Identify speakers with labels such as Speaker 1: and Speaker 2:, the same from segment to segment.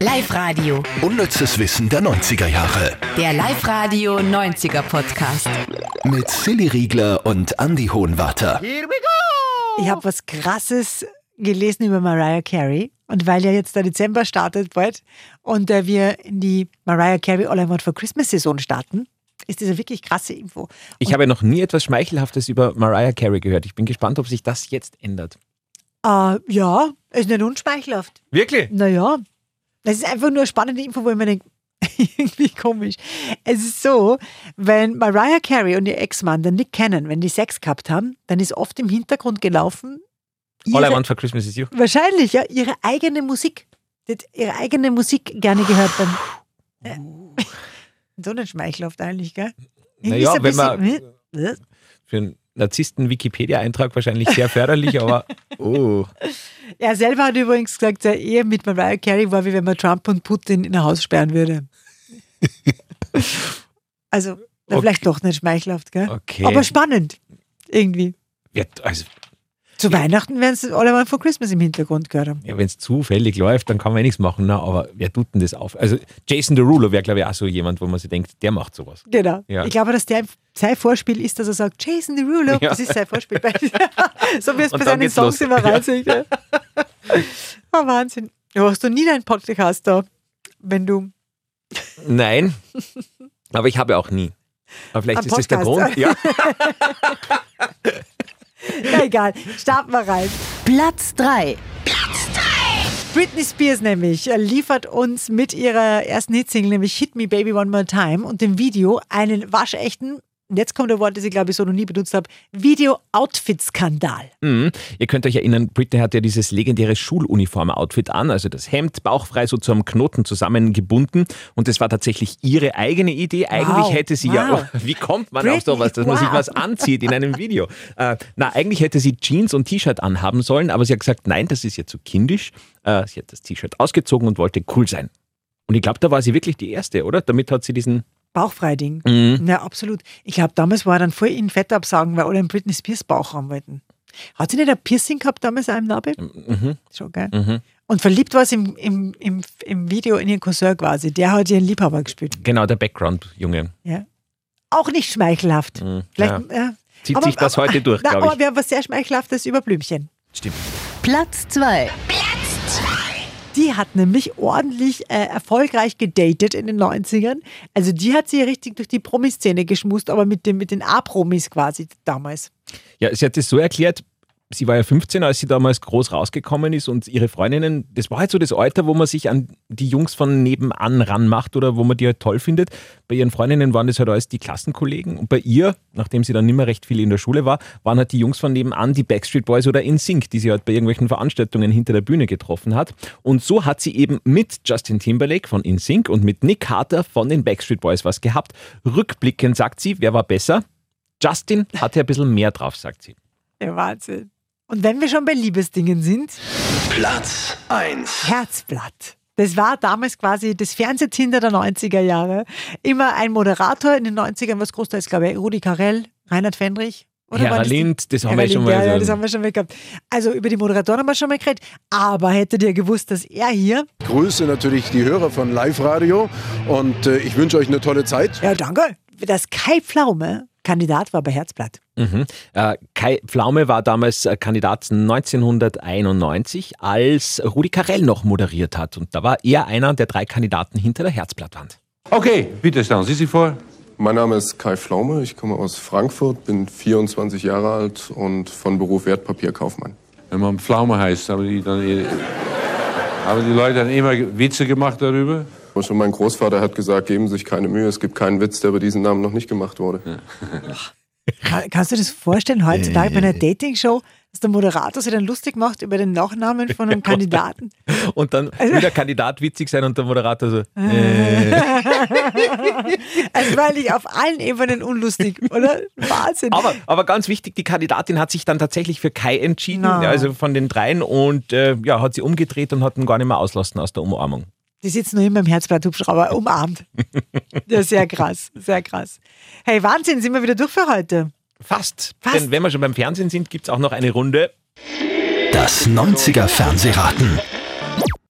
Speaker 1: Live-Radio.
Speaker 2: Unnützes Wissen der 90er Jahre.
Speaker 1: Der Live-Radio 90er Podcast.
Speaker 2: Mit Silly Riegler und Andy Hohenwarter.
Speaker 3: Ich habe was Krasses gelesen über Mariah Carey. Und weil ja jetzt der Dezember startet bald und äh, wir in die Mariah Carey All I Want for Christmas Saison starten, ist diese wirklich krasse Info.
Speaker 4: Ich habe noch nie etwas Schmeichelhaftes über Mariah Carey gehört. Ich bin gespannt, ob sich das jetzt ändert.
Speaker 3: Äh, ja, ist nicht unschmeichelhaft.
Speaker 4: Wirklich?
Speaker 3: Naja, das ist einfach nur eine spannende Info, wo ich mir denke, irgendwie komisch. Es ist so, wenn Mariah Carey und ihr Ex-Mann, der Nick Cannon, wenn die Sex gehabt haben, dann ist oft im Hintergrund gelaufen,
Speaker 4: All I
Speaker 3: ihre,
Speaker 4: want for Christmas is you.
Speaker 3: wahrscheinlich, ja, ihre eigene Musik. Die hat ihre eigene Musik gerne gehört dann. Äh, so ein Schmeichelhaft eigentlich, gell? Irgendwie
Speaker 4: Naja,
Speaker 3: ist ein
Speaker 4: wenn man-
Speaker 3: bisschen- Hm?
Speaker 4: Für einen Narzissten-Wikipedia-Eintrag wahrscheinlich sehr förderlich, aber oh.
Speaker 3: Er selber hat übrigens gesagt, seine Ehe mit Mariah Carey war wie wenn man Trump und Putin in ein Haus sperren würde. also, na,
Speaker 4: Okay.
Speaker 3: vielleicht doch nicht schmeichelhaft, gell?
Speaker 4: Okay.
Speaker 3: Aber spannend. Irgendwie.
Speaker 4: Ja, also,
Speaker 3: Zu Weihnachten werden sie alle mal vor Christmas im Hintergrund gehört haben.
Speaker 4: ja, wenn es zufällig läuft, dann kann man eh nichts machen. Na, aber wer tut denn das auf? Also Jason Derulo wäre, glaube ich, auch so jemand, wo man sich denkt, der macht sowas.
Speaker 3: Genau.
Speaker 4: Ja.
Speaker 3: Ich glaube, dass der sein Vorspiel ist, dass er sagt, Jason Derulo,
Speaker 4: Ja.
Speaker 3: das ist sein Vorspiel. Bei, so wie es bei
Speaker 4: Und dann
Speaker 3: seinen
Speaker 4: geht's
Speaker 3: Songs
Speaker 4: los.
Speaker 3: immer
Speaker 4: Ja.
Speaker 3: reinsingt. Ja. Oh, Wahnsinn. Ja, hast du nie deinen Podcast da, wenn du
Speaker 4: Nein, aber ich habe auch nie. Aber vielleicht
Speaker 3: Am
Speaker 4: ist das der
Speaker 3: Podcast.
Speaker 4: Grund. Ja.
Speaker 3: Na egal, starten wir rein.
Speaker 1: Platz 3.
Speaker 3: Britney Spears nämlich äh, liefert uns mit ihrer ersten Hitsingle, nämlich Hit Me Baby One More Time und dem Video einen waschechten, und jetzt kommt der Wort, das ich glaube ich so noch nie benutzt habe, Video-Outfit-Skandal.
Speaker 4: Mhm. Ihr könnt euch erinnern, Britney hat ja dieses legendäre Schuluniform-Outfit an, also das Hemd bauchfrei so zum Knoten zusammengebunden. Und das war tatsächlich ihre eigene Idee. Eigentlich
Speaker 3: Wow,
Speaker 4: hätte sie
Speaker 3: wow.
Speaker 4: ja, wie kommt man auf
Speaker 3: Britney,
Speaker 4: sowas, dass man sich
Speaker 3: wow.
Speaker 4: was anzieht in einem Video? äh, na, eigentlich hätte sie Jeans und T-Shirt anhaben sollen, aber sie hat gesagt, nein, das ist ja zu kindisch. Äh, sie hat das T-Shirt ausgezogen und wollte cool sein. Und ich glaube, da war sie wirklich die Erste, oder? Damit hat sie diesen.
Speaker 3: Bauchfrei-Ding.
Speaker 4: Mhm.
Speaker 3: Na, absolut. Ich glaube, damals war er dann voll in Fett absagen, weil alle einen Britney Spears Bauch haben wollten. Hat sie nicht ein Piercing gehabt damals auch im Nabel?
Speaker 4: Mhm.
Speaker 3: Schon geil.
Speaker 4: Mhm.
Speaker 3: Und verliebt war sie im, im, im, im Video in ihren Cousin quasi. Der hat ihren Liebhaber gespielt.
Speaker 4: Genau, der Background-Junge.
Speaker 3: Ja. Auch nicht schmeichelhaft.
Speaker 4: Mhm,
Speaker 3: Vielleicht ja.
Speaker 4: Zieht sich das heute durch,
Speaker 3: na,
Speaker 4: glaube
Speaker 3: Aber
Speaker 4: ich.
Speaker 3: wir haben was sehr Schmeichelhaftes über Blümchen.
Speaker 4: Stimmt.
Speaker 1: Platz 2.
Speaker 3: Die hat nämlich ordentlich äh, erfolgreich gedatet in den 90ern. Also die hat sie richtig durch die Promiszene geschmust, aber mit, dem, mit den A-Promis quasi damals.
Speaker 4: Ja, sie hat es so erklärt, sie war ja 15, als sie damals groß rausgekommen ist und ihre Freundinnen, das war halt so das Alter, wo man sich an die Jungs von nebenan ranmacht oder wo man die halt toll findet. Bei ihren Freundinnen waren das halt alles die Klassenkollegen und bei ihr, nachdem sie dann nicht mehr recht viel in der Schule war, waren halt die Jungs von nebenan die Backstreet Boys oder InSync, die sie halt bei irgendwelchen Veranstaltungen hinter der Bühne getroffen hat. Und so hat sie eben mit Justin Timberlake von InSync und mit Nick Carter von den Backstreet Boys was gehabt. Rückblickend sagt sie, wer war besser? Justin hatte ein bisschen mehr drauf, sagt sie.
Speaker 3: Der Wahnsinn. Und wenn wir schon bei Liebesdingen sind,
Speaker 2: Platz 1.
Speaker 3: Herzblatt. Das war damals quasi das Fernsehtinder der 90er Jahre. Immer ein Moderator in den 90ern, was groß da ist, glaube ich, Rudi Carell, Reinhard Fendrich.
Speaker 4: Herr
Speaker 3: war das die-
Speaker 4: Lind, das haben
Speaker 3: Herr
Speaker 4: wir eh
Speaker 3: Lind,
Speaker 4: schon mal.
Speaker 3: Ja, ja,
Speaker 4: so-
Speaker 3: das haben wir schon mal gehabt. Also über die Moderatoren haben wir schon mal geredet. Aber hättet ihr gewusst, dass er hier.
Speaker 5: Grüße natürlich die Hörer von Live Radio und äh, ich wünsche euch eine tolle Zeit.
Speaker 3: Ja, danke. Dass Kai Pflaume Kandidat war bei Herzblatt.
Speaker 4: mhm. äh, Kai Pflaume war damals äh, Kandidat 1991, als Rudi Carell noch moderiert hat. Und da war er einer der drei Kandidaten hinter der Herzblattwand.
Speaker 6: Okay, bitte stellen Sie sich vor.
Speaker 7: Mein Name ist Kai Flaume, ich komme aus Frankfurt, bin 24 Jahre alt und von Beruf Wertpapierkaufmann.
Speaker 6: Wenn man Pflaume heißt, haben die, dann, eh- haben die Leute dann immer Witze gemacht darüber?
Speaker 7: Aber schon mein Großvater hat gesagt, geben Sie sich keine Mühe, es gibt keinen Witz, der über diesen Namen noch nicht gemacht wurde.
Speaker 3: Ka- Kannst du dir das vorstellen, heutzutage bei einer
Speaker 4: Äh.
Speaker 3: Dating-Show, dass der Moderator sich dann lustig macht über den Nachnamen von einem Kandidaten?
Speaker 4: Und dann will der Kandidat witzig sein und der Moderator so. Äh.
Speaker 3: Also weil ich auf allen Ebenen unlustig, oder? Wahnsinn.
Speaker 4: Aber, aber ganz wichtig, die Kandidatin hat sich dann tatsächlich für Kai entschieden,
Speaker 3: Na.
Speaker 4: ja, also von den dreien, und äh, ja, hat sie umgedreht und hat ihn gar nicht mehr auslassen aus der Umarmung.
Speaker 3: Die sitzen nur immer im Herzblatt-Hubschrauber, umarmt. Ja, sehr krass, sehr krass. Hey, Wahnsinn, sind wir wieder durch für heute.
Speaker 4: Fast.
Speaker 3: Fast.
Speaker 4: Denn wenn wir schon beim Fernsehen sind, gibt es auch noch eine Runde.
Speaker 2: Das 90er Fernsehraten.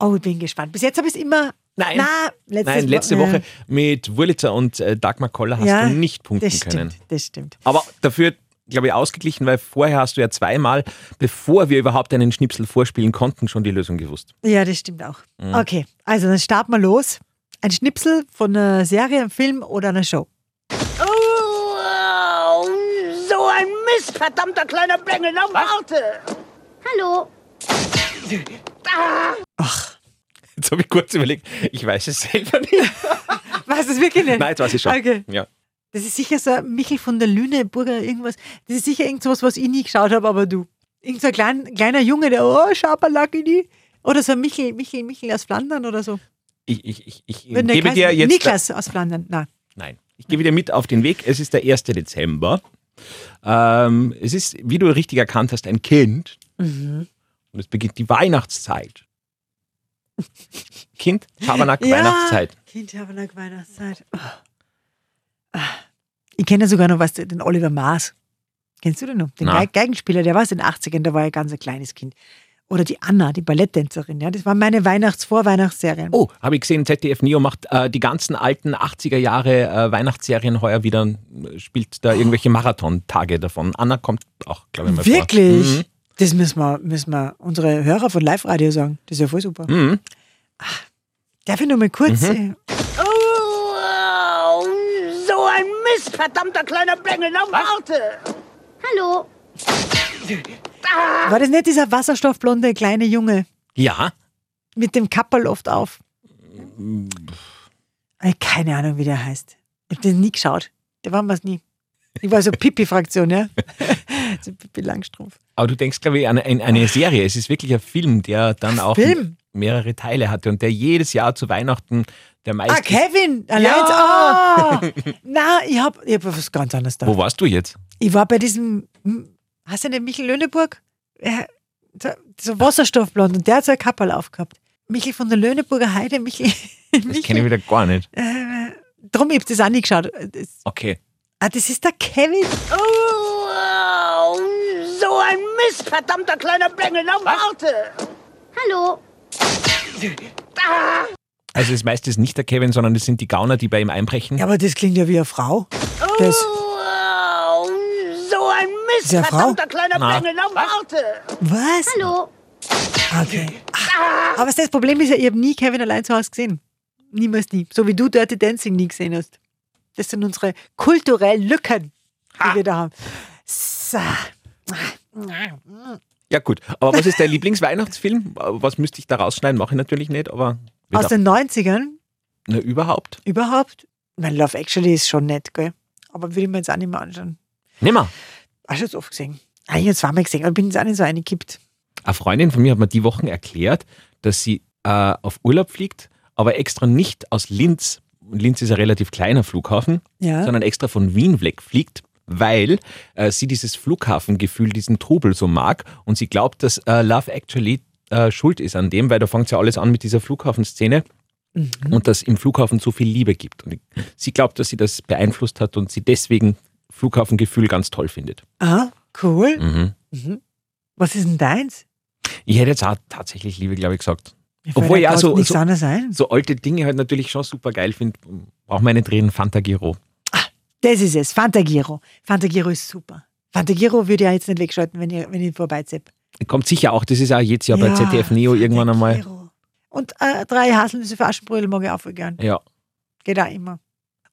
Speaker 3: Oh, ich bin gespannt. Bis jetzt habe ich es immer
Speaker 4: Nein.
Speaker 3: Na, letztes
Speaker 4: Nein, letzte
Speaker 3: Wo-
Speaker 4: Woche mit Wurlitzer und äh, Dagmar Koller hast
Speaker 3: Ja,
Speaker 4: du nicht punkten
Speaker 3: das stimmt,
Speaker 4: können.
Speaker 3: Das stimmt.
Speaker 4: Aber dafür, glaube ich, ausgeglichen, weil vorher hast du ja zweimal, bevor wir überhaupt einen Schnipsel vorspielen konnten, schon die Lösung gewusst.
Speaker 3: Ja, das stimmt auch.
Speaker 4: Mhm.
Speaker 3: Okay, also dann starten wir los. Ein Schnipsel von einer Serie, einem Film oder einer Show.
Speaker 8: So ein Mist, verdammter kleiner Bengel, na warte! Hallo!
Speaker 4: Jetzt habe ich kurz überlegt, ich weiß es selber nicht.
Speaker 3: Was ist wirklich nicht?
Speaker 4: Nein, jetzt weiß ich schon.
Speaker 3: Okay.
Speaker 4: Ja.
Speaker 3: Das ist sicher so ein Michel von der Lüneburger irgendwas. Das ist sicher irgendwas, was ich nie geschaut habe, aber du. Irgend so ein klein, kleiner Junge, der, oh, Schaberlack in die. Oder so ein Michel, Michel, Michel aus Flandern oder so.
Speaker 4: Ich, ich, ich, ich
Speaker 3: Wenn der
Speaker 4: gebe
Speaker 3: heißt,
Speaker 4: dir jetzt.
Speaker 3: Niklas aus Flandern. Nein.
Speaker 4: Nein, ich gebe dir mit auf den Weg. Es ist der 1. Dezember. Ähm, es ist, wie du richtig erkannt hast, ein Kind. Und es beginnt die Weihnachtszeit. kind, Tabernakel, Weihnachtszeit.
Speaker 3: Kind Tabernack, Weihnachtszeit. Oh. Ah. Ich kenne ja sogar noch was, den Oliver Maas. Kennst du den noch? Den
Speaker 4: Na.
Speaker 3: Gei- Geigenspieler, der war es in den 80ern, da war er ganz ein kleines Kind. Oder die Anna, die Balletttänzerin. Ja, das waren meine Weihnachts-Vorweihnachtsserien.
Speaker 4: Oh, habe ich gesehen, ZDF Neo macht äh, die ganzen alten 80er Jahre äh, Weihnachtsserien heuer wieder, äh, spielt da irgendwelche Marathon-Tage davon. Anna kommt auch, glaube ich, mal
Speaker 3: Wirklich?
Speaker 4: vor. Mhm.
Speaker 3: Das müssen wir, müssen wir unsere Hörer von Live-Radio sagen. Das ist ja voll super. Ah,
Speaker 4: Mhm.
Speaker 3: Darf ich nur mal kurz? äh,
Speaker 8: So ein Mist, verdammter kleiner Bengel, na warte! Hallo!
Speaker 3: äh, War das nicht dieser wasserstoffblonde kleine Junge
Speaker 4: Ja,
Speaker 3: mit dem Kapperl oft auf?
Speaker 4: Mhm.
Speaker 3: Äh, Keine Ahnung, wie der heißt. Ich habe den nie geschaut. Da waren wir es nie. Ich war so Pipi-Fraktion, ja? so Pipi Langstrumpf.
Speaker 4: aber du denkst, glaube ich, an ein, eine Serie. Es ist wirklich ein Film, der dann auch
Speaker 3: Film?
Speaker 4: mehrere Teile hatte und der jedes Jahr zu Weihnachten der
Speaker 3: Ah,
Speaker 4: meiste.
Speaker 3: Kevin! Allein!
Speaker 4: Ja.
Speaker 3: Oh. Na, ich habe ich hab was ganz anderes da.
Speaker 4: Wo warst du jetzt?
Speaker 3: Ich war bei diesem, hm, hast du den Michel Löhneburg? Ja, so- So Wasserstoffblond und der hat so ein Kapperl aufgehabt. Michel von der Löhneburger Heide, Michel.
Speaker 4: Das kenne ich
Speaker 3: Michel.
Speaker 4: wieder gar nicht.
Speaker 3: Drum, ich hab das auch nicht geschaut. Das,
Speaker 4: Okay.
Speaker 3: ah, das ist der Kevin.
Speaker 8: So ein Mist, verdammter kleiner Bengel, na warte! Hallo!
Speaker 4: Also es meist ist nicht der Kevin, sondern es sind die Gauner, die bei ihm einbrechen.
Speaker 3: Ja, aber das klingt ja wie eine Frau. Das,
Speaker 8: So ein Mist,
Speaker 3: Ist ja Frau?
Speaker 8: verdammter kleiner
Speaker 4: Na.
Speaker 8: Bengel, na warte!
Speaker 3: was?
Speaker 8: Hallo!
Speaker 3: Okay. Ah, Aber das Problem ist ja, ich habe nie Kevin allein zu Hause gesehen. Niemals nie. So wie du Dirty Dancing nie gesehen hast. Das sind unsere kulturellen Lücken, die wir da haben. So.
Speaker 4: Ja gut, aber was ist dein Lieblingsweihnachtsfilm? Was müsste ich da rausschneiden? Mache ich natürlich nicht, aber
Speaker 3: Aus den 90ern
Speaker 4: Na, überhaupt.
Speaker 3: überhaupt. Mein Love Actually ist schon nett, gell? Aber würde ich mir jetzt auch nicht mehr anschauen.
Speaker 4: Nimmer.
Speaker 3: Auch schon so oft gesehen. Eigentlich jetzt zweimal gesehen, aber bin jetzt auch nicht so eingekippt.
Speaker 4: Eine Freundin von mir hat mir die Wochen erklärt, dass sie äh, auf Urlaub fliegt, aber extra nicht aus Linz, Linz ist ein relativ kleiner Flughafen,
Speaker 3: Ja.
Speaker 4: sondern extra von Wien wegfliegt, weil äh, sie dieses Flughafengefühl, diesen Trubel so mag und sie glaubt, dass äh, Love Actually äh, schuld ist an dem, weil da fängt ja alles an mit dieser Flughafenszene. Und dass im Flughafen so viel Liebe gibt. Und ich- sie glaubt, dass sie das beeinflusst hat und sie deswegen Flughafengefühl ganz toll findet.
Speaker 3: Ah, cool.
Speaker 4: Mhm.
Speaker 3: Was ist denn deins?
Speaker 4: Ich hätte jetzt auch tatsächlich Liebe, glaube ich, gesagt.
Speaker 3: Mir
Speaker 4: Obwohl,
Speaker 3: fällt
Speaker 4: ja,
Speaker 3: grad
Speaker 4: so-
Speaker 3: nichts
Speaker 4: so-
Speaker 3: anderes ein.
Speaker 4: so alte Dinge halt natürlich schon super geil finde, braucht man nicht reden, Fantagiro.
Speaker 3: Das ist es, Fantagiro. Fantagiro ist super. Fantagiro würde ja jetzt nicht wegschalten, wenn ihr, wenn ihr vorbeizepp.
Speaker 4: Kommt sicher auch, das ist auch jetzt ja bei ZDF Neo irgendwann einmal.
Speaker 3: Fantagiro. Und äh, drei Haselnüsse für Aschenbrödel mag ich auch voll gern.
Speaker 4: Ja.
Speaker 3: Geht auch immer.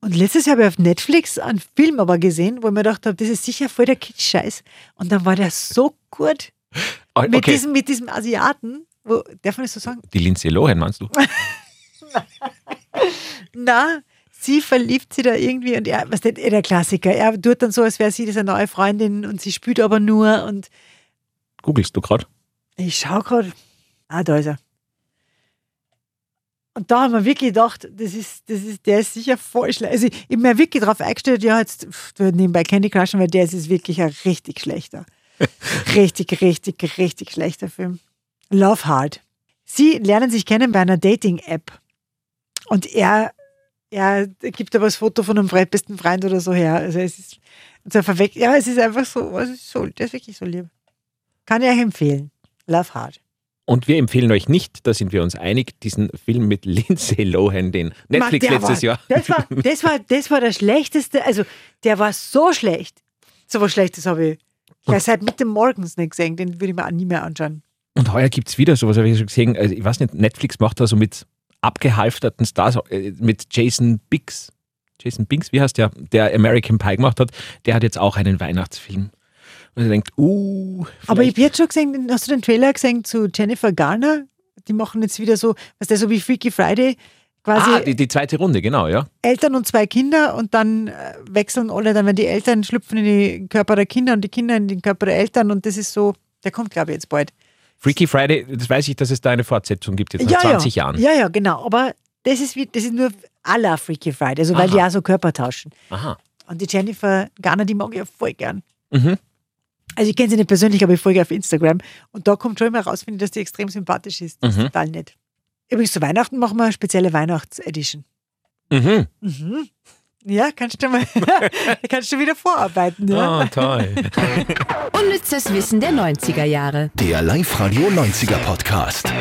Speaker 3: Und letztes Jahr habe ich auf Netflix einen Film aber gesehen, wo ich mir gedacht habe, das ist sicher voll der Kitsch-Scheiß. Und dann war der so gut.
Speaker 4: Ah,
Speaker 3: Mit,
Speaker 4: Okay,
Speaker 3: diesem, mit diesem Asiaten, wo, darf man das so sagen?
Speaker 4: die Lindsay Lohan meinst du?
Speaker 3: Na, sie verliebt sie da irgendwie und er, was denn, eh, der Klassiker, er tut dann so, als wäre sie diese neue Freundin und sie spielt aber nur und
Speaker 4: Googlest du gerade?
Speaker 3: ich schaue gerade, ah, da ist er. Und da haben wir wirklich gedacht, das ist, das ist, der ist sicher voll schlecht. Also ich habe mir wirklich darauf eingestellt, ja, jetzt pff, du nebenbei Candy Crushen, weil der ist jetzt wirklich ein richtig schlechter. richtig, richtig, richtig schlechter Film. Love Hard. Sie lernen sich kennen bei einer Dating-App. Und er, er gibt aber das Foto von einem fre- besten Freund oder so her. Also es ist so verweckt. Ja, es ist einfach so, also so, der ist wirklich so lieb. Kann ich euch empfehlen. Love Hard.
Speaker 4: Und wir empfehlen euch nicht, da sind wir uns einig, diesen Film mit Lindsay Lohan, den Netflix
Speaker 3: Mann, der
Speaker 4: letztes
Speaker 3: war,
Speaker 4: Jahr.
Speaker 3: Das war, das, war, das war der schlechteste, also der war so schlecht. So was Schlechtes habe ich. Ja, seit Mitte morgens nicht gesehen, den würde ich mir auch nie mehr anschauen.
Speaker 4: Und heuer gibt es wieder sowas, habe ich schon gesehen. Also ich weiß nicht, Netflix macht da so mit abgehalfterten Stars, äh, mit Jason Biggs. Jason Binks, wie heißt der, der American Pie gemacht hat, der hat jetzt auch einen Weihnachtsfilm. Und ihr denkt, uh,
Speaker 3: Aber ich
Speaker 4: vielleicht-
Speaker 3: habe jetzt schon gesehen, hast du den Trailer gesehen zu Jennifer Garner? Die machen jetzt wieder so, was der so wie Freaky Friday, quasi
Speaker 4: ah, die, die zweite Runde, genau, ja.
Speaker 3: Eltern und zwei Kinder und dann äh, wechseln alle, dann werden die Eltern schlüpfen in den Körper der Kinder und die Kinder in den Körper der Eltern und das ist so, der kommt glaube ich jetzt bald.
Speaker 4: Freaky Friday, das weiß ich, dass es da eine Fortsetzung gibt, jetzt nach 20
Speaker 3: ja.
Speaker 4: Jahren.
Speaker 3: Ja, ja, genau. Aber das ist, wie, das ist nur à la Freaky Friday, also weil
Speaker 4: Aha.
Speaker 3: die ja so Körper tauschen.
Speaker 4: Aha.
Speaker 3: Und die Jennifer Garner, die mag ich ja voll gern.
Speaker 4: Mhm.
Speaker 3: Also ich kenne sie nicht persönlich, aber ich folge ihr auf Instagram. Und da kommt schon immer raus, finde ich, dass die extrem sympathisch ist. Das
Speaker 4: Mhm.
Speaker 3: ist total nett. Übrigens, zu Weihnachten machen wir eine spezielle Weihnachts-Edition.
Speaker 4: Mhm.
Speaker 3: Mhm. Ja, kannst du mal, kannst du wieder vorarbeiten. Ja?
Speaker 4: Ah, toll.
Speaker 1: Unnützes Wissen der 90er Jahre.
Speaker 2: Der Live-Radio 90er Podcast.